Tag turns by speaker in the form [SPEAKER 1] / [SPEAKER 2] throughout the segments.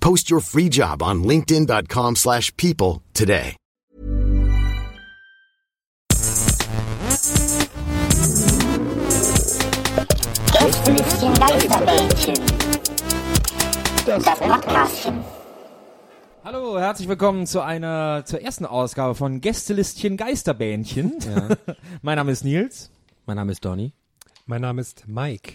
[SPEAKER 1] Post your free job on linkedin.com/people slash people today.
[SPEAKER 2] Das München Geisterbällchen. Das Podcastchen.
[SPEAKER 3] Hallo, herzlich willkommen zu einer zur ersten Ausgabe von Gästelistchen Geisterbähnchen. mein Name ist Nils.
[SPEAKER 4] Mein Name ist Donny.
[SPEAKER 5] Mein Name ist Mike.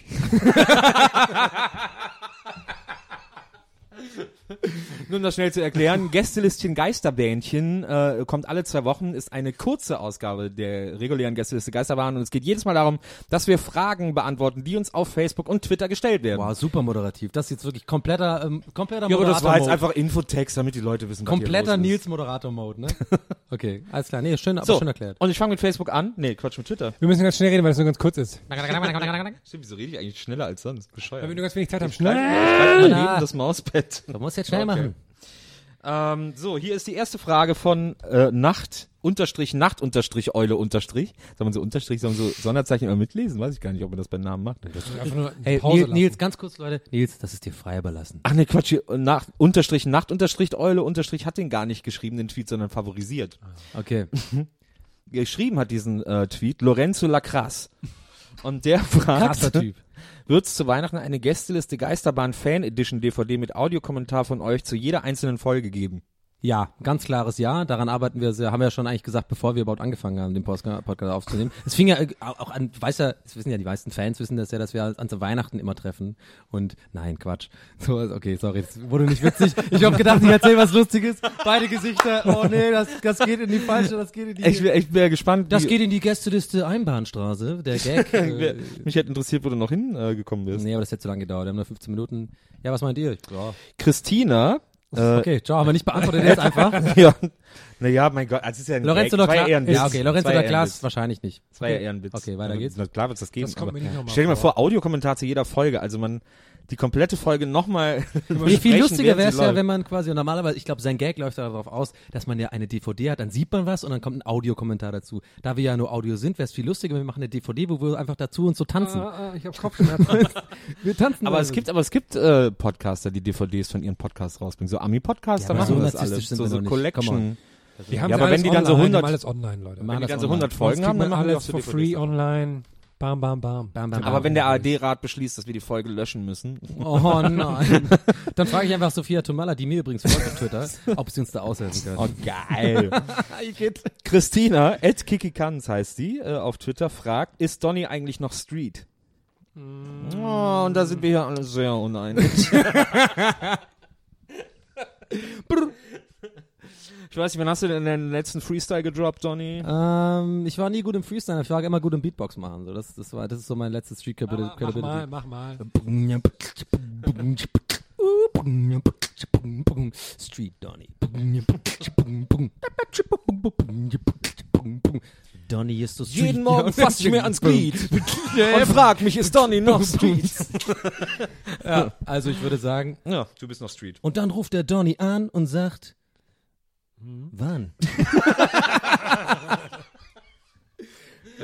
[SPEAKER 3] Nur um das schnell zu erklären, Gästelistchen Geisterbähnchen äh, kommt alle zwei Wochen, ist eine kurze Ausgabe der regulären Gästeliste Geisterbahn und es geht jedes Mal darum, dass wir Fragen beantworten, die uns auf Facebook und Twitter gestellt werden.
[SPEAKER 4] Wow, super moderativ. Das ist jetzt wirklich kompletter, ähm, kompletter
[SPEAKER 3] Ja, aber das war jetzt
[SPEAKER 4] Moderator-Mode.
[SPEAKER 3] einfach Infotext, damit die Leute wissen, was hier
[SPEAKER 4] Kompletter
[SPEAKER 3] los ist.
[SPEAKER 4] Nils-Moderator-Mode, ne? Okay, alles klar. Nee, schön, aber
[SPEAKER 3] So,
[SPEAKER 4] schön erklärt.
[SPEAKER 3] und ich fange mit Facebook an. Nee, Quatsch, mit Twitter.
[SPEAKER 5] Wir müssen ganz schnell reden, weil das nur ganz kurz ist.
[SPEAKER 3] Stimmt, wieso rede ich eigentlich schneller als sonst? Bescheuert.
[SPEAKER 5] Weil wir nur ganz wenig Zeit haben.
[SPEAKER 3] Ich
[SPEAKER 5] Schnell.
[SPEAKER 3] mal neben das Mauspad.
[SPEAKER 4] Man muss jetzt schnell
[SPEAKER 3] Okay.
[SPEAKER 4] machen.
[SPEAKER 3] Ähm, so, hier ist die erste Frage von äh, Nacht unterstrich Nacht unterstrich Eule unterstrich. Soll man so Unterstrich, soll man so Sonderzeichen immer mitlesen? Weiß ich gar nicht, ob man das bei Namen macht.
[SPEAKER 5] Einfach nur
[SPEAKER 4] Hey,
[SPEAKER 5] Pause
[SPEAKER 4] Nils,
[SPEAKER 5] lassen.
[SPEAKER 4] Nils, ganz kurz, Leute. Nils, das ist dir frei überlassen.
[SPEAKER 3] Ach ne, Quatsch, hier, äh, Nacht, unterstrich Nacht unterstrich Eule unterstrich hat den gar nicht geschrieben, den Tweet, sondern favorisiert.
[SPEAKER 4] Okay.
[SPEAKER 3] Geschrieben hat diesen äh, Tweet Lorenzo Lacras. Und der fragt,
[SPEAKER 4] Krasser Typ.
[SPEAKER 3] Wird's zu Weihnachten eine Gästeliste Geisterbahn Fan Edition DVD mit Audiokommentar von euch zu jeder einzelnen Folge geben?
[SPEAKER 4] Ja, ganz klares Ja. Daran arbeiten wir sehr, haben wir ja schon eigentlich gesagt, bevor wir überhaupt angefangen haben, den Postka- Podcast aufzunehmen. Es fing ja äh, auch an, du weißt ja, das wissen ja die meisten Fans, wissen das ja, dass wir uns an Weihnachten immer treffen. Und nein, Quatsch. So, okay, sorry, es wurde nicht witzig. Ich habe gedacht, ich erzähle was Lustiges. Beide Gesichter, oh nee, das, das geht in die falsche, das geht in die...
[SPEAKER 3] Ich, wär- ich bin ja gespannt.
[SPEAKER 4] das
[SPEAKER 3] wie-
[SPEAKER 4] geht in die Gästeliste Einbahnstraße, der Gag.
[SPEAKER 3] Wer-
[SPEAKER 4] äh,
[SPEAKER 3] Mich hätte interessiert, wo du noch hingekommen äh, gekommen bist.
[SPEAKER 4] nee, aber das hätte zu lange gedauert. Wir haben nur 15 Minuten. Ja, was meint ihr? Ja.
[SPEAKER 3] Christina. Äh,
[SPEAKER 4] Okay, ciao, haben wir nicht beantwortet jetzt einfach.
[SPEAKER 3] ja. Naja, mein Gott, das ist ja ein
[SPEAKER 4] Lorenzo
[SPEAKER 3] Gag. Das war
[SPEAKER 4] Laclas.
[SPEAKER 3] eher ein Witz.
[SPEAKER 4] Ja, okay, Lorenzo
[SPEAKER 3] Das war eher ein
[SPEAKER 4] Laclas
[SPEAKER 3] Witz.
[SPEAKER 4] wahrscheinlich nicht.
[SPEAKER 3] Das war ja eher ein Witz.
[SPEAKER 4] Okay, weiter
[SPEAKER 3] Also,
[SPEAKER 4] geht's.
[SPEAKER 3] Na klar wird's das geben.
[SPEAKER 5] Das kommt mir
[SPEAKER 3] aber-
[SPEAKER 5] nicht nochmal
[SPEAKER 3] Stell dir mal
[SPEAKER 5] vor.
[SPEAKER 3] vor, Audiokommentar zu jeder Folge. Also man, die komplette Folge nochmal.
[SPEAKER 4] Wie viel lustiger wäre es ja, wenn man quasi normalerweise, ich glaube, sein Gag läuft ja darauf aus, dass man ja eine DVD hat, dann sieht man was und dann kommt ein Audiokommentar dazu. Da wir ja nur Audio sind, wäre es viel lustiger, wenn wir machen eine DVD, wo wir einfach dazu und so tanzen.
[SPEAKER 5] Ah, ah, ich habe Kopfschmerzen.
[SPEAKER 4] Wir tanzen.
[SPEAKER 3] aber es gibt, aber es gibt äh, Podcaster, die DVDs von ihren Podcasts rausbringen. So Ami-Podcaster
[SPEAKER 4] Ja, aber
[SPEAKER 3] machen
[SPEAKER 4] so
[SPEAKER 3] das
[SPEAKER 4] narzisstisch
[SPEAKER 3] alles.
[SPEAKER 4] sind
[SPEAKER 3] so
[SPEAKER 4] wir
[SPEAKER 3] so
[SPEAKER 4] noch nicht.
[SPEAKER 3] Collection.
[SPEAKER 5] Wir haben
[SPEAKER 3] Ja,
[SPEAKER 5] sie
[SPEAKER 3] aber wenn
[SPEAKER 5] alles
[SPEAKER 3] die dann so
[SPEAKER 5] online,
[SPEAKER 3] 100
[SPEAKER 5] haben alles online, Leute.
[SPEAKER 4] Machen
[SPEAKER 3] Wenn die
[SPEAKER 4] das
[SPEAKER 3] dann so
[SPEAKER 4] online.
[SPEAKER 3] 100
[SPEAKER 5] Sonst
[SPEAKER 3] Folgen
[SPEAKER 5] kriegt
[SPEAKER 3] haben, dann
[SPEAKER 5] man
[SPEAKER 3] machen wir auch
[SPEAKER 5] alles
[SPEAKER 3] so
[SPEAKER 5] for
[SPEAKER 3] DVDs.
[SPEAKER 5] free online. Bam, bam, bam.
[SPEAKER 4] Bam, bam, bam.
[SPEAKER 3] Aber wenn der ARD-Rat beschließt, dass wir die Folge löschen müssen.
[SPEAKER 4] Oh nein. Dann frage ich einfach Sophia Tomala, die mir übrigens folgt auf Twitter, ob sie uns da aushelfen können.
[SPEAKER 3] Oh, geil. Christina, at Kiki Kanz heißt die, äh, auf Twitter, fragt, ist Donny eigentlich noch Street? Oh, und da sind wir ja alle sehr uneinig. Brr. ich weiß nicht, wann hast du denn den letzten Freestyle gedroppt, Donny?
[SPEAKER 4] Ähm, ich war nie gut im Freestyle, ich war immer gut im Beatbox machen. So, das, das, war, das ist so mein letztes Street Credibility.
[SPEAKER 5] Mach mal, mach mal.
[SPEAKER 4] Street Donny. Donny ist so Street.
[SPEAKER 3] Jeden Morgen fasse ich mir ans Glied und frag mich, ist Donny noch Street?
[SPEAKER 4] Ja, also ich würde sagen.
[SPEAKER 3] ja, du bist noch Street.
[SPEAKER 4] Und dann ruft der Donny an und sagt.
[SPEAKER 3] Hm?
[SPEAKER 4] Wann?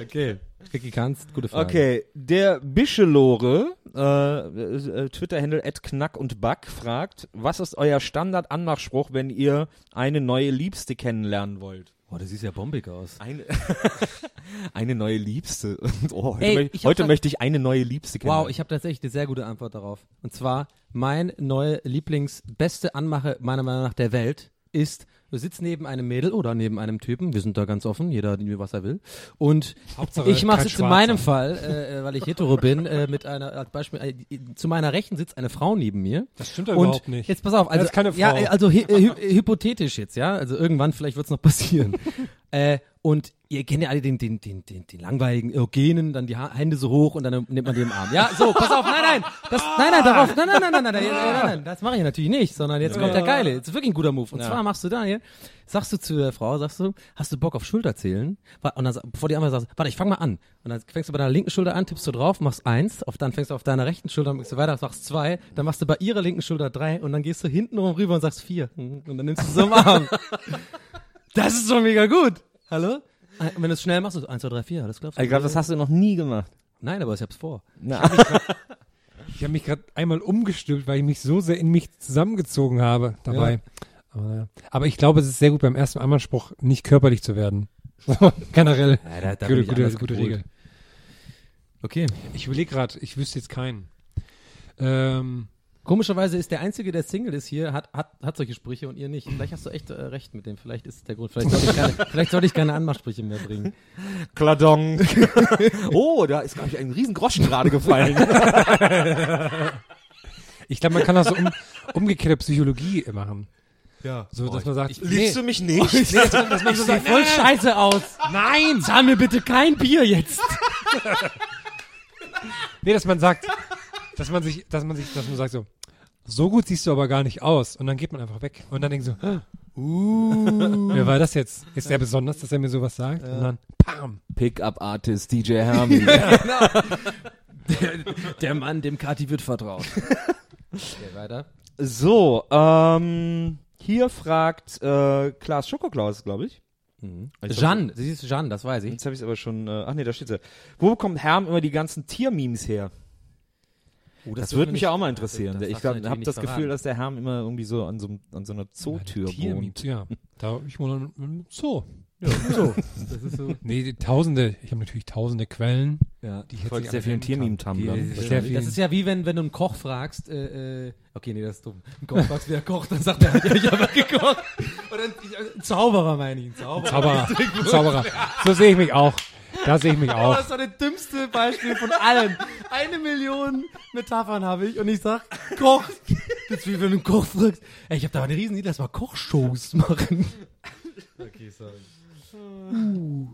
[SPEAKER 4] okay. Ricky kannst, gute Frage.
[SPEAKER 3] Okay, der Bischelore, äh, äh, Twitter-Handle at Knack und Back, fragt, was ist euer Standard-Anmachspruch, wenn ihr eine neue Liebste kennenlernen wollt?
[SPEAKER 4] Boah, das sieht ja bombig aus.
[SPEAKER 3] Eine, eine neue Liebste. Oh, heute
[SPEAKER 4] Ey,
[SPEAKER 3] möcht-
[SPEAKER 4] ich hab
[SPEAKER 3] heute
[SPEAKER 4] grad-
[SPEAKER 3] möchte ich eine neue Liebste kennenlernen.
[SPEAKER 4] Wow, ich habe tatsächlich eine sehr gute Antwort darauf. Und zwar, mein neue Lieblings, beste Anmache meiner Meinung nach der Welt ist Du sitzt neben einem Mädel oder neben einem Typen. Wir sind da ganz offen, jeder, die mir was er will. Und
[SPEAKER 5] Hauptsache,
[SPEAKER 4] ich mache
[SPEAKER 5] kein
[SPEAKER 4] jetzt in
[SPEAKER 5] Schwarzer.
[SPEAKER 4] meinem Fall, äh, äh, weil ich hetero bin, äh, mit einer als Beispiel äh, zu meiner Rechten sitzt eine Frau neben mir.
[SPEAKER 5] Das stimmt doch
[SPEAKER 4] Und
[SPEAKER 5] überhaupt nicht.
[SPEAKER 4] Jetzt pass auf, also
[SPEAKER 5] Das ist keine
[SPEAKER 4] ja,
[SPEAKER 5] Frau.
[SPEAKER 4] äh, also hy äh, hy äh, hypothetisch jetzt, ja, also irgendwann vielleicht wird's noch passieren. äh, und ihr kennt ja alle den den den den, den langweiligen Erogenen, dann die ha Hände so hoch und dann nimmt man den Arm. Ja, so, pass auf, nein, nein, das, nein, nein, darauf, nein, nein, nein, nein, nein, nein, nein, nein, nein das mache ich natürlich nicht, sondern jetzt kommt der geile, jetzt ist wirklich ein guter Move. Und zwar machst du da hier, sagst du zu der Frau, sagst du, hast du Bock auf Schulterzählen? Wa- Und dann sa- bevor die andere sagst, warte, ich fang mal an. Und dann fängst du bei deiner linken Schulter an, tippst du drauf, machst eins, auf dann fängst du auf deiner rechten Schulter, machst du weiter, machst zwei, dann machst du bei ihrer linken Schulter drei und dann gehst du hinten rum rüber und sagst vier. Und dann nimmst du sie am Arm. Das ist schon mega gut. Hallo? Ein- Wenn du es schnell machst, so eins, zwei, drei, vier, alles klar.
[SPEAKER 3] Ich glaube, das hast du noch nie gemacht.
[SPEAKER 4] Nein, aber ich hab's vor.
[SPEAKER 5] Ich habe mich gerade einmal umgestülpt, weil ich mich so sehr in mich zusammengezogen habe dabei. Aber, naja. aber ich glaube, es ist sehr gut beim ersten Anmachspruch, nicht körperlich zu werden. Generell.
[SPEAKER 4] Ja, da- da bin
[SPEAKER 5] gute,
[SPEAKER 4] ich
[SPEAKER 5] gute,
[SPEAKER 4] anders
[SPEAKER 5] gute
[SPEAKER 4] gepolt.
[SPEAKER 5] Regel.
[SPEAKER 4] Okay.
[SPEAKER 5] Ich überlege gerade, ich wüsste jetzt keinen. Ähm,
[SPEAKER 4] Komischerweise ist der Einzige, der Single ist hier, hat, hat, hat solche Sprüche und ihr nicht. Vielleicht hast du echt äh, recht mit dem. Vielleicht ist es der Grund. Vielleicht sollte ich keine, vielleicht sollte ich keine Anmachsprüche mehr bringen.
[SPEAKER 3] Kladong. oh, da ist, glaube ich, ein riesen Groschen gerade gefallen.
[SPEAKER 5] ich glaube, man kann das so um, umgekehrte Psychologie machen. Ja. So, dass man sagt, nee,
[SPEAKER 3] mich nicht?
[SPEAKER 4] Ich seh voll scheiße aus. Nein! Zahl mir bitte kein Bier jetzt.
[SPEAKER 5] nee, dass man sagt, dass man sich, dass man sich, dass man sagt so, so gut siehst du aber gar nicht aus. Und dann geht man einfach weg. Und dann denkt so, ah, uh, wer war das jetzt? Ist der besonders, dass er mir sowas sagt? Und dann, bam.
[SPEAKER 3] Pickup-Artist DJ Hermi. Ja.
[SPEAKER 4] Der Mann, dem Kati wird vertraut. Okay, weiter.
[SPEAKER 3] So, ähm, hier fragt äh, Klaas Schokoklaus, glaube ich. Ich glaub,
[SPEAKER 4] Jeanne, sie ist Jeanne, das weiß ich.
[SPEAKER 3] Jetzt habe ich es aber schon. Äh, ach nee, da steht ja. Wo bekommt Herm immer die ganzen Tiermemes her?
[SPEAKER 4] Oh,
[SPEAKER 3] Das, würde mich ja auch mal interessieren.
[SPEAKER 4] das
[SPEAKER 3] ich
[SPEAKER 4] darfst
[SPEAKER 3] glaube,
[SPEAKER 4] du natürlich
[SPEAKER 3] habe
[SPEAKER 4] nicht
[SPEAKER 3] das Gefühl,
[SPEAKER 4] verraten.
[SPEAKER 3] dass der Herm immer irgendwie so an so, einem- an so einer Zootür
[SPEAKER 5] Tier
[SPEAKER 3] wohnt.
[SPEAKER 5] mietet, Ja, da ich wohne im Zoo.
[SPEAKER 4] so. Das ist so.
[SPEAKER 5] Nee, die tausende, ich habe natürlich tausende Quellen.
[SPEAKER 4] Ja.
[SPEAKER 5] Die ich jetzt
[SPEAKER 3] Folgt
[SPEAKER 5] nicht
[SPEAKER 3] sehr
[SPEAKER 5] alle
[SPEAKER 3] vielen
[SPEAKER 5] nennen kann.
[SPEAKER 3] Tiermeme-Tumblern.
[SPEAKER 5] Die- die-
[SPEAKER 3] Wahrscheinlich.
[SPEAKER 5] Sehr
[SPEAKER 4] Das
[SPEAKER 5] vielen.
[SPEAKER 4] ist ja wie wenn, wenn du einen Koch fragst, äh, äh, okay, nee, das ist dumm. Einen Koch fragst, wer kocht, dann sagt er, ja, ich habe gekocht. Oder ein, ein Zauberer meine ich, ein Zauberer.
[SPEAKER 5] Zauberer, Zauberer. So sehe ich mich auch. Da sehe ich mich
[SPEAKER 4] Aber
[SPEAKER 5] auch.
[SPEAKER 4] das war das dümmste Beispiel von allen. Eine Million Metaphern habe ich und ich sag, Koch. Das ist wie wenn du einen Koch fragst, ey, ich habe da mal eine riesen Idee, lass mal Kochshows machen.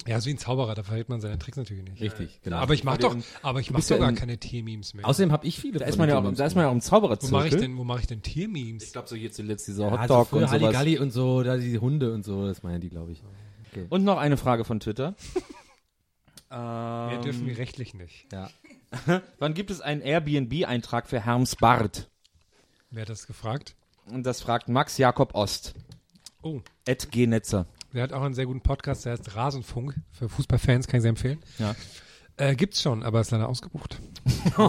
[SPEAKER 5] Ja, so wie ein Zauberer, da verrät man seine Tricks natürlich nicht.
[SPEAKER 4] Richtig, genau.
[SPEAKER 5] Aber ich mache doch, aber ich mache
[SPEAKER 3] ja
[SPEAKER 5] doch gar
[SPEAKER 3] in-
[SPEAKER 5] keine Tiermemes mehr.
[SPEAKER 4] Außerdem habe ich viele.
[SPEAKER 3] Da ist man ja auch, da ist man ja auch im
[SPEAKER 5] Wo mache ich
[SPEAKER 3] Zaubererzirkel.
[SPEAKER 5] denn, wo mache ich denn Tiermemes?
[SPEAKER 3] Ich glaube, so hier zuletzt dieser
[SPEAKER 4] also
[SPEAKER 3] Hotdog
[SPEAKER 4] früher
[SPEAKER 3] und sowas.
[SPEAKER 4] Halligalli und so, da die Hunde und so, das meinen die, glaube ich.
[SPEAKER 3] Und noch eine Frage von Twitter. Ähm,
[SPEAKER 5] Mehr dürfen wir rechtlich nicht.
[SPEAKER 4] ähm, Ja.
[SPEAKER 3] Wann gibt es einen Airbnb-Eintrag für Herms Bart?
[SPEAKER 5] Wer hat das gefragt?
[SPEAKER 3] Und das fragt Max Jakob Ost.
[SPEAKER 5] Oh,
[SPEAKER 3] Ed G. Netzer.
[SPEAKER 5] der hat auch einen sehr guten Podcast, der heißt Rasenfunk. Für Fußballfans kann ich sehr empfehlen.
[SPEAKER 3] Ja.
[SPEAKER 5] Äh, gibt's schon, aber ist leider ausgebucht.
[SPEAKER 3] Und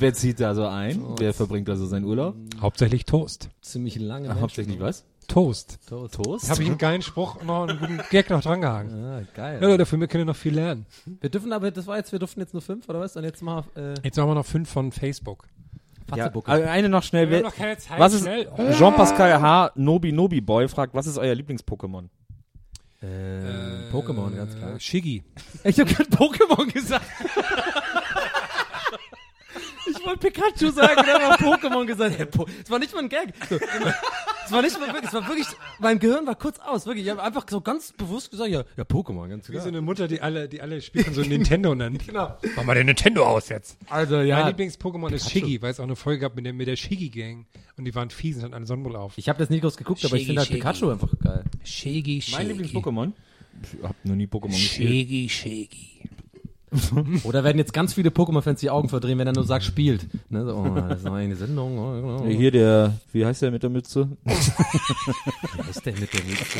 [SPEAKER 3] wer zieht da so ein? Wer verbringt da so seinen Urlaub?
[SPEAKER 5] Hauptsächlich Toast.
[SPEAKER 4] Ziemlich lange. Menschen.
[SPEAKER 3] Hauptsächlich was?
[SPEAKER 5] Toast.
[SPEAKER 4] Toast.
[SPEAKER 3] Toast?
[SPEAKER 5] Habe ich einen geilen Spruch und noch einen guten Gag noch drangehangen.
[SPEAKER 4] Ah, geil.
[SPEAKER 5] Ja, Leute, von mir könnt ihr noch viel lernen.
[SPEAKER 4] Wir dürfen aber, das war jetzt, wir durften jetzt nur fünf, oder was? Und jetzt mal äh,
[SPEAKER 5] Jetzt machen wir noch fünf von Facebook.
[SPEAKER 3] ja,
[SPEAKER 4] Fatzebucke.
[SPEAKER 3] also eine noch schnell.
[SPEAKER 5] Wir haben
[SPEAKER 3] Wer-
[SPEAKER 5] noch keine Zeit,
[SPEAKER 3] was ist
[SPEAKER 5] schnell.
[SPEAKER 3] Jean-Pascal H. Nobi Nobi Boy fragt, was ist euer Lieblings-Pokémon?
[SPEAKER 4] äh, Pokémon, ganz klar.
[SPEAKER 5] Äh, Shiggy.
[SPEAKER 4] Ich habe gerade Pokémon gesagt. Ich wollte Pikachu sagen, und dann war Pokémon gesagt. Hey, po das war nicht mal ein Gag. So, das war nicht mal wirklich, das war wirklich, mein Gehirn war kurz aus, wirklich. Ich habe einfach so ganz bewusst gesagt, ja, ja Pokémon, ganz
[SPEAKER 5] Wie so
[SPEAKER 4] klar.
[SPEAKER 5] eine Mutter, die alle, die alle Spielkonsolen Nintendo nennt. Genau. Mach mal den Nintendo aus jetzt.
[SPEAKER 4] Also,
[SPEAKER 5] Mein Lieblings-Pokémon ist Shiggy, weil es auch eine Folge gab mit der, mit der Shiggy-Gang. Und die waren fies und hatten eine Sonnenbrille auf.
[SPEAKER 4] Ich habe das nie groß geguckt, aber ich finde halt Pikachu einfach geil.
[SPEAKER 5] Shiggy, Shiggy.
[SPEAKER 3] Mein Lieblings-Pokémon? Ich hab noch nie Pokémon gespielt.
[SPEAKER 5] Shiggy, Shiggy.
[SPEAKER 4] Oder werden jetzt ganz viele Pokémon-Fans die Augen verdrehen, wenn er nur sagt, spielt. Ne? So, oh, das ist noch eine Sendung. Oh, oh.
[SPEAKER 3] Hier der, wie heißt der mit der Mütze?
[SPEAKER 4] Was ist denn mit der Mütze?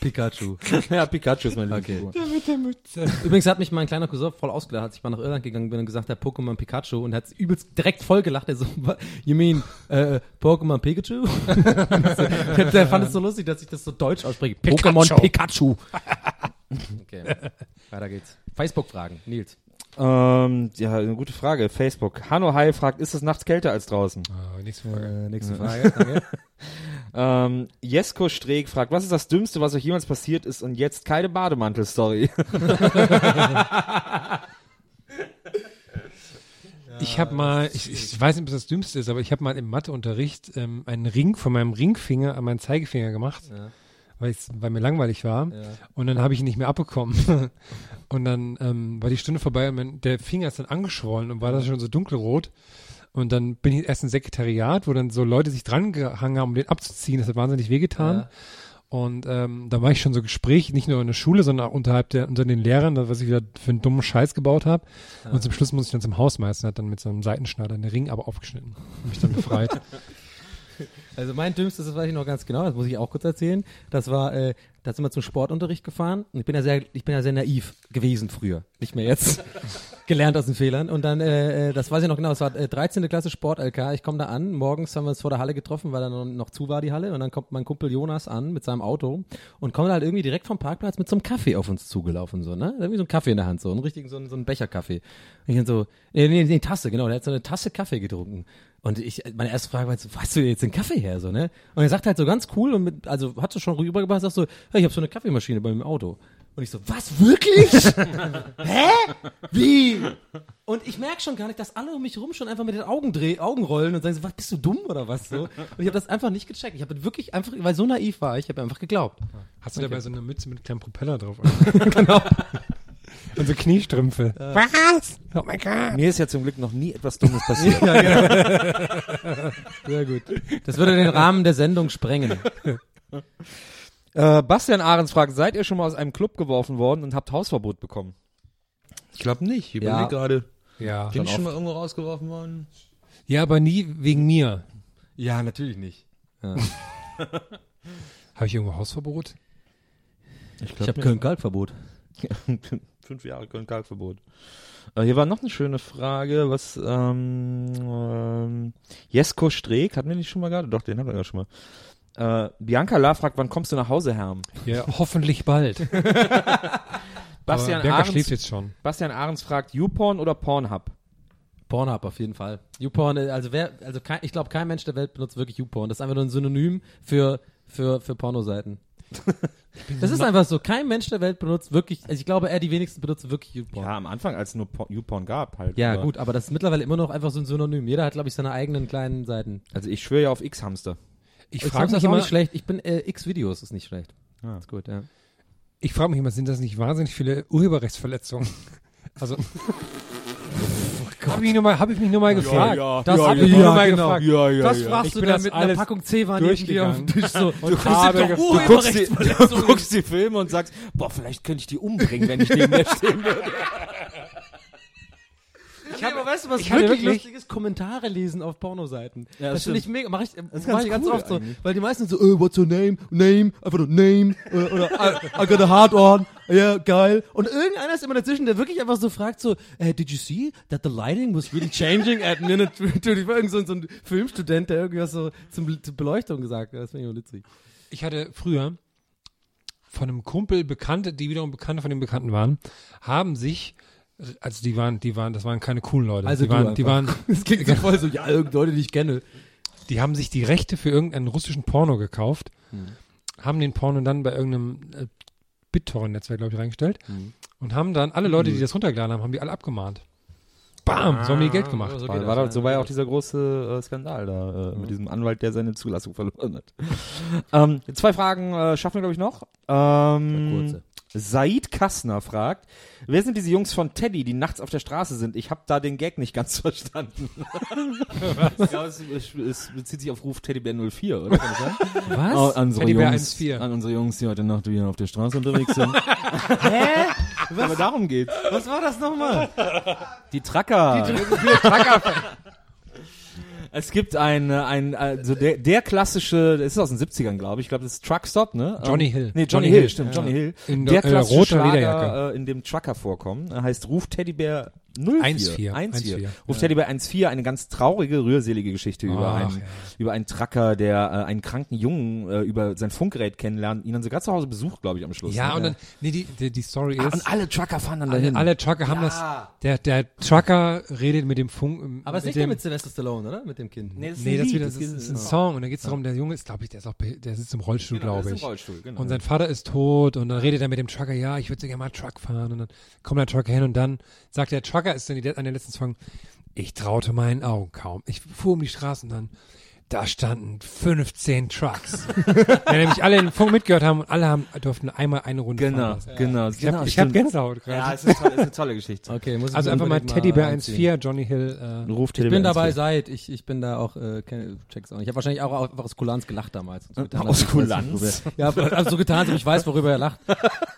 [SPEAKER 4] Pikachu.
[SPEAKER 3] ja, Pikachu ist mein
[SPEAKER 4] Okay.
[SPEAKER 3] Lieblings-Pokémon.
[SPEAKER 4] Übrigens hat mich mein kleiner Cousin voll ausgelacht, als ich mal nach Irland gegangen bin und gesagt habe, Pokémon Pikachu und hat übelst direkt voll gelacht. Er so, "Wa- you mean äh, Pokémon Pikachu? Der fand es so lustig, dass ich das so deutsch ausspreche. Pokémon Pikachu. okay, weiter geht's. Facebook-Fragen, Nils.
[SPEAKER 3] Ähm, ja, eine gute Frage.
[SPEAKER 5] Ah.
[SPEAKER 3] Facebook. Hanno Hai fragt, ist es nachts kälter als draußen?
[SPEAKER 5] Oh, Äh, nächste Folge.
[SPEAKER 4] nächste Frage.
[SPEAKER 3] Ähm, Jesko Streeck fragt, was ist das Dümmste, was euch jemals passiert ist und jetzt keine Bademantel-Story?
[SPEAKER 5] Ich habe mal, ich, ich weiß nicht, ob das das Dümmste ist, aber ich habe mal im Matheunterricht ähm, einen Ring von meinem Ringfinger an meinen Zeigefinger gemacht, weil, ich's- weil mir langweilig war. Und dann habe ich ihn nicht mehr abbekommen. und dann ähm, war die Stunde vorbei und mein, der Finger ist dann angeschwollen und war dann schon so dunkelrot. Und dann bin ich erst im Sekretariat, wo dann so Leute sich dran gehangen haben, um den abzuziehen. Das hat wahnsinnig wehgetan. Und ähm, da war ich schon so Gespräch, nicht nur in der Schule, sondern auch unterhalb der, unter den Lehrern, da- was ich wieder für einen dummen Scheiß gebaut habe. Und zum Schluss muss ich dann zum Hausmeister, hat dann mit so einem Seitenschneider den Ring aber aufgeschnitten. Hab mich dann befreit.
[SPEAKER 4] Also mein dümmstes, das weiß ich noch ganz genau, das muss ich auch kurz erzählen. Das war, äh, da sind wir zum Sportunterricht gefahren und ich bin ja sehr, ich bin ja sehr naiv gewesen früher, nicht mehr jetzt. Gelernt aus den Fehlern. Und dann, äh, äh, das weiß ich noch genau, es war äh, 13. Klasse Sport-LK, ich komme da an, morgens haben wir uns vor der Halle getroffen, weil da noch, noch zu war die Halle und dann kommt mein Kumpel Jonas an mit seinem Auto und kommt halt irgendwie direkt vom Parkplatz mit so einem Kaffee auf uns zugelaufen, so, ne? Irgendwie so ein Kaffee in der Hand, so, einen richtigen, so einen, so einen Becher Kaffee. Und ich dann so, nee, nee, nee, Tasse, genau, der hat so eine Tasse Kaffee getrunken. Und ich, meine erste Frage war jetzt, weißt du jetzt den Kaffee her, so, ne? Und er sagt halt so ganz cool und mit, also hat so schon rübergebracht, sagt so, hey, ich habe so eine Kaffeemaschine bei mir im Auto. Und ich so, was, wirklich? Hä? Wie? Und ich merke schon gar nicht, dass alle um mich rum schon einfach mit den Augen dreh, Augen rollen und sagen so, was, bist du dumm oder was, so? Und ich habe das einfach nicht gecheckt. Ich habe wirklich einfach, weil so naiv war, ich habe einfach geglaubt.
[SPEAKER 5] Hast du dabei so eine Mütze mit einem kleinen Propeller drauf? genau. Und so Kniestrümpfe. Was? Oh mein Gott.
[SPEAKER 3] Mir ist ja zum Glück noch nie etwas Dummes passiert.
[SPEAKER 4] Sehr gut. Das würde den Rahmen der Sendung sprengen.
[SPEAKER 3] Äh, Bastian Ahrens fragt, seid ihr schon mal aus einem Club geworfen worden und habt Hausverbot bekommen?
[SPEAKER 6] Ich glaube nicht. Ich
[SPEAKER 4] Ja.
[SPEAKER 6] überlege gerade.
[SPEAKER 5] Ja.
[SPEAKER 6] Bin ich schon mal irgendwo rausgeworfen worden?
[SPEAKER 5] Ja, aber nie wegen mir.
[SPEAKER 6] Ja, natürlich nicht.
[SPEAKER 5] Habe ich irgendwo Hausverbot?
[SPEAKER 4] Ich habe Köln-Kalk-Verbot.
[SPEAKER 6] Fünf Jahre Köln-Kalkverbot. Äh, hier war noch eine schöne Frage, was ähm, ähm, Jesko Streeck, hatten wir nicht schon mal gerade? Doch, den hatten wir ja schon mal. Äh, Bianca La fragt, wann kommst du nach Hause, Herm?
[SPEAKER 5] Ja, hoffentlich bald. Aber
[SPEAKER 3] Bastian
[SPEAKER 5] Bianca
[SPEAKER 3] Ahrens,
[SPEAKER 5] schläft jetzt schon.
[SPEAKER 3] Bastian Ahrens fragt, YouPorn oder Pornhub?
[SPEAKER 4] Pornhub auf jeden Fall. YouPorn, äh, also wer, also kein, ich glaube, kein Mensch der Welt benutzt wirklich YouPorn. Das ist einfach nur ein Synonym für, für, für Pornoseiten. Das ist einfach so. Kein Mensch der Welt benutzt wirklich, also ich glaube, eher die wenigsten benutzen wirklich YouPorn.
[SPEAKER 3] Ja, am Anfang, als es nur Por- YouPorn gab halt.
[SPEAKER 4] Ja,
[SPEAKER 3] Aber-
[SPEAKER 4] gut, aber das ist mittlerweile immer noch einfach so ein Synonym. Jeder hat, glaube ich, seine eigenen kleinen Seiten.
[SPEAKER 3] Also ich schwöre ja auf X-Hamster.
[SPEAKER 5] Ich
[SPEAKER 4] Ich
[SPEAKER 5] frage
[SPEAKER 4] fand's
[SPEAKER 5] mich
[SPEAKER 4] das auch
[SPEAKER 5] immer,
[SPEAKER 4] nicht schlecht. Ich bin, äh, X-Videos ist nicht schlecht. Ist gut, ja.
[SPEAKER 5] Ich frage mich immer, sind das nicht wahnsinnig viele Urheberrechtsverletzungen? Also. Habe ich, mich nur mal- hab ich mich nur mal gefragt.
[SPEAKER 4] Das
[SPEAKER 5] hab
[SPEAKER 4] hab
[SPEAKER 5] ich
[SPEAKER 4] ich
[SPEAKER 5] mich nur
[SPEAKER 4] ja,
[SPEAKER 5] mal
[SPEAKER 4] genau.
[SPEAKER 5] gefragt.
[SPEAKER 6] Ja, ja,
[SPEAKER 4] Das
[SPEAKER 6] ja.
[SPEAKER 4] fragst
[SPEAKER 5] Ich
[SPEAKER 4] du
[SPEAKER 5] bin
[SPEAKER 4] dann
[SPEAKER 5] das
[SPEAKER 4] mit einer
[SPEAKER 5] alles
[SPEAKER 4] Packung C-Waren irgendwie auf den Tisch so. Und
[SPEAKER 5] das habe sind doch
[SPEAKER 3] du, guckst die, du guckst die Filme und sagst, boah, vielleicht könnte ich die umbringen, wenn ich neben der stehen würde.
[SPEAKER 4] Ich habe, weißt du, was
[SPEAKER 5] ich hatte
[SPEAKER 4] wirklich,
[SPEAKER 5] wirklich-
[SPEAKER 4] lustiges Kommentare lesen auf Pornoseiten.
[SPEAKER 3] Ja, das
[SPEAKER 4] das finde ich mega, mache ich, das mach
[SPEAKER 3] ganz
[SPEAKER 4] ich ganz
[SPEAKER 3] cool
[SPEAKER 4] oft so,
[SPEAKER 3] eigentlich.
[SPEAKER 4] weil die meisten so, äh, what's your name, name, einfach nur name oder, oder I, I got a hard on, yeah, geil. Und irgendeiner ist immer dazwischen, der wirklich einfach so fragt so, äh, did you see that the lighting was really changing at minute 20? Irgend so, ein- so ein Filmstudent, der irgendwas so zum, zur Beleuchtung gesagt hat. Das finde ich immer witzig.
[SPEAKER 5] Ich hatte früher von einem Kumpel Bekannte, die wiederum Bekannte von den Bekannten waren, haben sich, also die waren, die waren, das waren keine coolen Leute.
[SPEAKER 4] Also
[SPEAKER 5] die
[SPEAKER 4] du
[SPEAKER 5] waren, die waren,
[SPEAKER 4] einfach. Das klingt so voll so, ja, irgendeine Leute, die ich kenne.
[SPEAKER 5] die haben sich die Rechte für irgendeinen russischen Porno gekauft,
[SPEAKER 4] Hm.
[SPEAKER 5] haben den Porno dann bei irgendeinem äh, BitTorrent-Netzwerk, glaube ich, reingestellt
[SPEAKER 4] Hm.
[SPEAKER 5] und haben dann alle Leute, die das runtergeladen haben, haben die alle abgemahnt. Bam, so haben die Geld gemacht.
[SPEAKER 4] Ah, So
[SPEAKER 3] War,
[SPEAKER 4] geht
[SPEAKER 3] war
[SPEAKER 4] das,
[SPEAKER 3] doch, so war Also ja auch dieser große äh, Skandal da äh, mit diesem Anwalt, der seine Zulassung verloren hat. ähm, zwei Fragen äh, schaffen wir, glaube ich, noch. Ähm,
[SPEAKER 4] Kurze.
[SPEAKER 3] Said Kassner fragt, wer sind diese Jungs von Teddy, die nachts auf der Straße sind? Ich habe da den Gag nicht ganz verstanden. ja, es, es, es bezieht sich auf Ruf Teddybär 04, oder? Kann das sein?
[SPEAKER 4] Was?
[SPEAKER 3] Au- an unsere
[SPEAKER 5] Teddybär
[SPEAKER 3] Jungs,
[SPEAKER 5] 1-4.
[SPEAKER 3] an unsere Jungs, die heute Nacht wieder auf der Straße unterwegs sind. Hä? Aber darum geht's.
[SPEAKER 4] Was war das nochmal?
[SPEAKER 3] Die Tracker. es gibt ein, äh, ein also der, der klassische, das ist aus den 70ern, glaube ich. Ich glaube, das ist Truckstop, ne?
[SPEAKER 5] Johnny
[SPEAKER 3] Ähm,
[SPEAKER 5] Hill.
[SPEAKER 3] Nee, Johnny,
[SPEAKER 5] Johnny
[SPEAKER 3] Hill,
[SPEAKER 5] Hill,
[SPEAKER 3] stimmt,
[SPEAKER 5] ja.
[SPEAKER 3] Johnny Hill.
[SPEAKER 5] In
[SPEAKER 3] der
[SPEAKER 5] der- äh,
[SPEAKER 3] klassische
[SPEAKER 5] roter
[SPEAKER 3] Schlager,
[SPEAKER 5] Lederjacke.
[SPEAKER 3] äh, in dem Trucker vorkommen. Er heißt Ruf Teddybär 04. 1,4.
[SPEAKER 5] 1,4. 1,4.
[SPEAKER 3] Ruft Teddy bei 1,4 eine ganz traurige, rührselige Geschichte über,
[SPEAKER 5] Ach,
[SPEAKER 3] einen,
[SPEAKER 5] Ah, ja.
[SPEAKER 3] über einen Tracker, der äh, einen kranken Jungen äh, über sein Funkgerät kennenlernt, ihn dann sogar zu Hause besucht, glaube ich, am Schluss.
[SPEAKER 5] Ja,
[SPEAKER 3] ne?
[SPEAKER 5] und dann, nee, die, die, die Story
[SPEAKER 3] Ah,
[SPEAKER 5] ist.
[SPEAKER 3] und alle Trucker fahren dann
[SPEAKER 5] alle,
[SPEAKER 3] dahin.
[SPEAKER 5] alle Trucker haben das. Der, der Trucker redet mit dem Funk.
[SPEAKER 4] Aber es ist nicht
[SPEAKER 5] mit dem,
[SPEAKER 4] der mit Sylvester Stallone, oder? Mit dem Kind. Nee,
[SPEAKER 5] Nee, das, wieder, das
[SPEAKER 3] das
[SPEAKER 5] ist, ein Song. Und dann geht's darum, der Junge ist, glaube ich, der ist auch, beh- der sitzt im Rollstuhl,
[SPEAKER 3] Genau, der
[SPEAKER 5] glaube
[SPEAKER 3] ist
[SPEAKER 5] ich.
[SPEAKER 3] im Rollstuhl, genau.
[SPEAKER 5] Und sein Vater ist tot und dann redet er mit dem Trucker, ja, ich würde so gerne mal Truck fahren. Und dann kommt der Trucker hin und dann sagt der Trucker, ist dann die, an der letzten Song, ich traute meinen Augen kaum. Ich fuhr um die Straßen dann. Da standen 15 Trucks. ja, nämlich alle den Funk mitgehört haben und alle haben, durften einmal eine Runde fahren.
[SPEAKER 3] Genau,
[SPEAKER 5] lassen.
[SPEAKER 3] genau.
[SPEAKER 5] Ich habe hab Gänsehaut gerade.
[SPEAKER 3] Ja, es ist, toll, es ist eine tolle Geschichte.
[SPEAKER 4] Okay, muss ich
[SPEAKER 5] also einfach mal
[SPEAKER 4] unbedingt
[SPEAKER 5] Teddybär
[SPEAKER 4] anziehen.
[SPEAKER 5] 1.4, Johnny Hill. Äh,
[SPEAKER 6] Ruft
[SPEAKER 4] Ich bin dabei, seid. Halt, Ich, ich bin da auch, äh, kenn- check's auch nicht. Ich habe wahrscheinlich auch einfach aus Kulanz gelacht damals. Und so getan, als
[SPEAKER 3] Aus
[SPEAKER 4] ich weiß nicht,
[SPEAKER 3] Kulanz?
[SPEAKER 4] worüber- Ja, aber- also so getan, als ob ich weiß, worüber er lacht.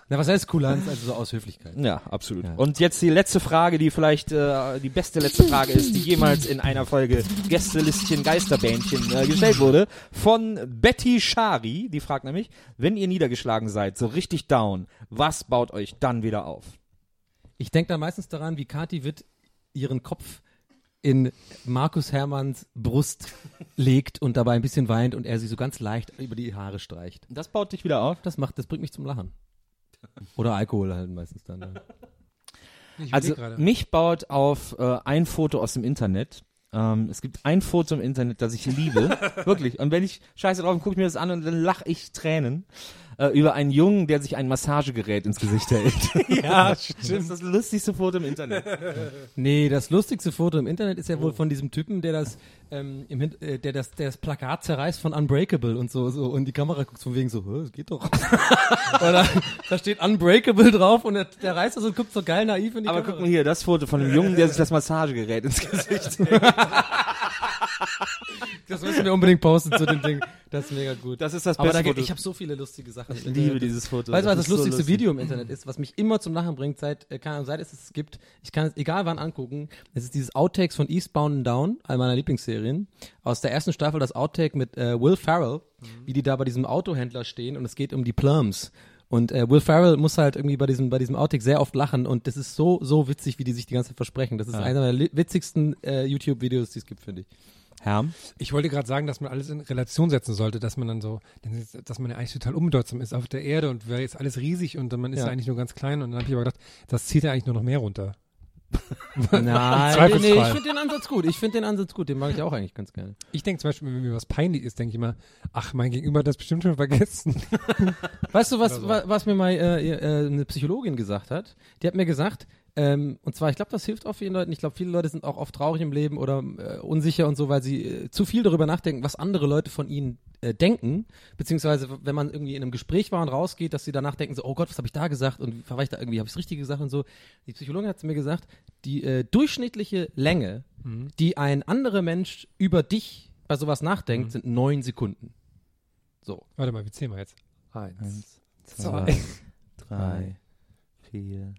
[SPEAKER 4] Na, was heißt Kulanz? Also so aus Höflichkeit.
[SPEAKER 3] Ja, absolut. Und jetzt die letzte Frage, die vielleicht äh, die beste letzte Frage ist, die jemals in einer Folge Gästelistchen Geisterbändchen äh, gestellt wurde, von Betty Schari. Die fragt nämlich, wenn ihr niedergeschlagen seid, so richtig down, was baut euch dann wieder auf?
[SPEAKER 4] Ich denke da meistens daran, wie Kathi Witt ihren Kopf in Markus Hermanns Brust legt und dabei ein bisschen weint und er sie so ganz leicht über die Haare streicht.
[SPEAKER 3] Das baut dich wieder auf?
[SPEAKER 4] Das macht, das bringt mich zum Lachen. Oder Alkohol halt meistens dann. ja.
[SPEAKER 5] ich
[SPEAKER 3] Also
[SPEAKER 5] überleg gerade.
[SPEAKER 3] mich baut auf äh, ein Foto aus dem Internet. Ähm, es gibt ein Foto im Internet, das ich liebe. Wirklich. Und wenn ich scheiße drauf gucke ich mir das an und dann lache ich Tränen äh, über einen Jungen, der sich ein Massagegerät ins Gesicht hält. ja, stimmt. Das ist das lustigste Foto im Internet.
[SPEAKER 4] Nee, das lustigste Foto im Internet ist ja wohl von diesem Typen, der das, ähm, im Hin äh, der das, der das Plakat zerreißt von Unbreakable und so, so und die Kamera guckt von wegen so, "Hä, es geht doch. Weil da, da steht Unbreakable drauf und der, der reißt das und guckt so geil naiv in die
[SPEAKER 3] Aber guck
[SPEAKER 4] Kamera.
[SPEAKER 3] mal hier, das Foto von einem Jungen, der sich das Massagegerät ins Gesicht hält.
[SPEAKER 4] Das müssen wir unbedingt posten zu dem Ding. Das ist mega gut.
[SPEAKER 3] Das ist das
[SPEAKER 4] Aber
[SPEAKER 3] beste
[SPEAKER 4] da, gibt-
[SPEAKER 3] Foto.
[SPEAKER 4] ich habe so viele lustige Sachen.
[SPEAKER 3] Ich liebe dieses Foto.
[SPEAKER 4] Weißt du, was das
[SPEAKER 3] ist so
[SPEAKER 4] lustigste
[SPEAKER 3] lustig.
[SPEAKER 4] Video im Internet ist, was mich immer zum Lachen bringt, seit, äh, keine Ahnung, seit es es gibt, ich kann es egal wann angucken, es ist dieses Outtakes von Eastbound and Down, eine meiner Lieblingsserien, aus der ersten Staffel, das Outtake mit äh, Will Farrell,
[SPEAKER 3] Mhm.
[SPEAKER 4] wie die da bei diesem Autohändler stehen und es geht um die Plums. Und äh, Will Farrell muss halt irgendwie bei diesem, bei diesem Outtake sehr oft lachen und das ist so, so witzig, wie die sich die ganze Zeit versprechen. Das ist einer der li- witzigsten äh, YouTube-Videos, die es gibt, finde ich.
[SPEAKER 3] Herm?
[SPEAKER 5] Ich wollte gerade sagen, dass man alles in Relation setzen sollte, dass man dann so, dann ist- dass man ja eigentlich total unbedeutsam ist auf der Erde und wäre jetzt alles riesig und dann- man ist
[SPEAKER 4] Ja.
[SPEAKER 5] ja. eigentlich nur ganz klein und dann habe ich aber gedacht, das zieht ja eigentlich nur noch mehr runter.
[SPEAKER 4] Nein,
[SPEAKER 5] Zweifelsfrei.
[SPEAKER 4] nee, ich finde den Ansatz gut. Ich finde den Ansatz gut, den mag ich auch eigentlich ganz gerne.
[SPEAKER 5] Ich denke zum Beispiel, wenn mir was peinlich ist, denke ich immer, ach, mein Gegenüber hat das bestimmt schon vergessen.
[SPEAKER 4] Weißt du, was, wa- was mir mal äh, äh, eine Psychologin gesagt hat? Die hat mir gesagt, ähm, und zwar, ich glaube, das hilft auch vielen Leuten. Ich glaube, viele Leute sind auch oft traurig im Leben oder äh, unsicher und so, weil sie äh, zu viel darüber nachdenken, was andere Leute von ihnen äh, denken. Beziehungsweise, w- wenn man irgendwie in einem Gespräch war und rausgeht, dass sie danach denken, so, oh Gott, was habe ich da gesagt und war ich da irgendwie, habe ich richtig gesagt und so. Die Psychologin hat zu mir gesagt, die äh, durchschnittliche Länge, die ein anderer Mensch über dich bei sowas nachdenkt, sind neun Sekunden. So.
[SPEAKER 5] Warte mal, wie zählen wir jetzt?
[SPEAKER 3] Eins,
[SPEAKER 5] zwei,
[SPEAKER 3] drei, vier.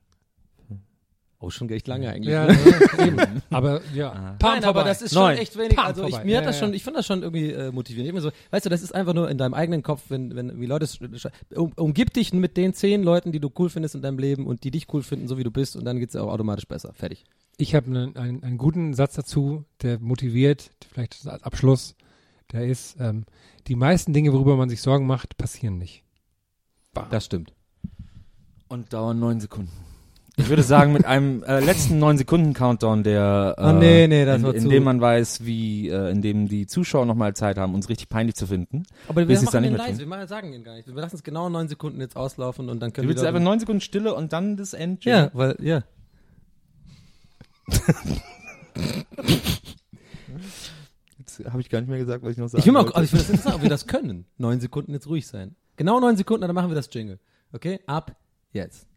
[SPEAKER 4] Oh, schon echt lange eigentlich.
[SPEAKER 5] Ja,
[SPEAKER 4] ne?
[SPEAKER 5] ja, eben. Ah. Aber ja, Pam
[SPEAKER 4] Nein,
[SPEAKER 5] vorbei.
[SPEAKER 4] aber das ist
[SPEAKER 3] Neun.
[SPEAKER 4] schon echt wenig.
[SPEAKER 5] Pam,
[SPEAKER 4] also ich,
[SPEAKER 5] vorbei.
[SPEAKER 4] mir hat
[SPEAKER 5] Ja,
[SPEAKER 4] das
[SPEAKER 5] ja.
[SPEAKER 4] schon, ich fand das schon irgendwie äh, motivierend. Ich bin so, weißt du, das ist einfach nur in deinem eigenen Kopf, wenn, wenn wie Leute sch- sch- um, umgib dich mit den zehn Leuten, die du cool findest in deinem Leben und die dich cool finden, so wie du bist, und dann geht's dir auch automatisch besser. Fertig.
[SPEAKER 5] ich habe einen, einen, einen guten Satz dazu, der motiviert, vielleicht als Abschluss, der ist, ähm, die meisten Dinge, worüber man sich Sorgen macht, passieren nicht.
[SPEAKER 4] Das stimmt.
[SPEAKER 3] Und dauern neun Sekunden. Ich würde sagen, mit einem äh, letzten neun Sekunden Countdown, der äh,
[SPEAKER 4] Oh, nee, nee, das
[SPEAKER 3] in,
[SPEAKER 4] war
[SPEAKER 3] in
[SPEAKER 4] zu-
[SPEAKER 3] dem man weiß, wie, äh, in dem die Zuschauer nochmal Zeit haben, uns richtig peinlich zu finden.
[SPEAKER 4] Aber
[SPEAKER 3] Willst
[SPEAKER 4] wir
[SPEAKER 3] du es da
[SPEAKER 4] machen den
[SPEAKER 3] nicht
[SPEAKER 4] leise,
[SPEAKER 3] mitfinden?
[SPEAKER 4] wir machen, sagen den gar nicht. Wir lassen es genau neun Sekunden jetzt auslaufen und dann
[SPEAKER 3] Du
[SPEAKER 4] können wir.
[SPEAKER 3] willst einfach neun Sekunden Stille und dann das End.
[SPEAKER 4] ja, weil, ja.
[SPEAKER 3] habe ich gar nicht mehr gesagt, was ich noch sagen
[SPEAKER 4] Ich will mal,
[SPEAKER 3] wollte.
[SPEAKER 4] also ich finde das interessant, ob wir das können. Neun Sekunden jetzt ruhig sein. Genau neun Sekunden, dann machen wir das Jingle. Okay? Ab jetzt.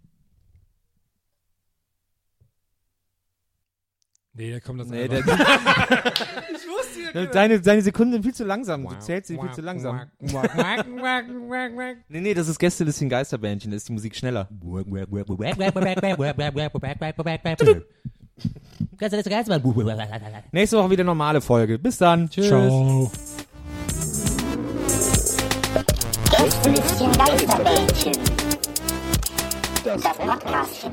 [SPEAKER 5] Nee, da kommt das
[SPEAKER 3] Nee, der, ich wusste ja, deine, deine Sekunden sind viel zu langsam. Du zählst sie viel zu langsam. Nee, nee, das ist Gästelistchen Geisterbändchen, da ist die Musik schneller. Nächste Woche wieder normale Folge. Bis dann. Tschüss.
[SPEAKER 5] Ciao.
[SPEAKER 2] Gästelistchen Geisterbändchen. Das Podcastchen.